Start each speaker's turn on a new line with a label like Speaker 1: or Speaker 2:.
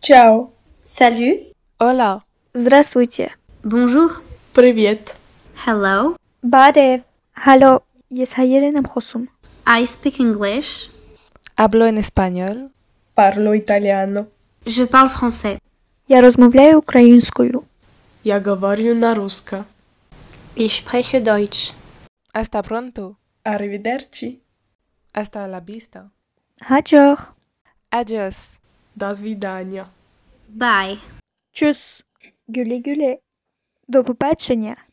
Speaker 1: Ciao.
Speaker 2: Salut.
Speaker 3: Hola.
Speaker 4: Здравствуйте.
Speaker 2: Bonjour.
Speaker 3: Привет.
Speaker 2: Hello.
Speaker 4: Բարև։ Հալո, ես հայերեն եմ խոսում։
Speaker 2: I speak English.
Speaker 3: Hablo en español.
Speaker 1: Parlo italiano.
Speaker 2: Je parle français.
Speaker 4: Я размовляю украинскую։
Speaker 3: Я говорю на русском.
Speaker 2: Ich spreche Deutsch.
Speaker 3: Hasta pronto.
Speaker 1: Arrivederci.
Speaker 3: Hasta la vista.
Speaker 4: Հաջող։
Speaker 3: Adiós.
Speaker 1: До свидания.
Speaker 2: Bye.
Speaker 4: Чուս։ Գյուլի գյուլի։ До побачення։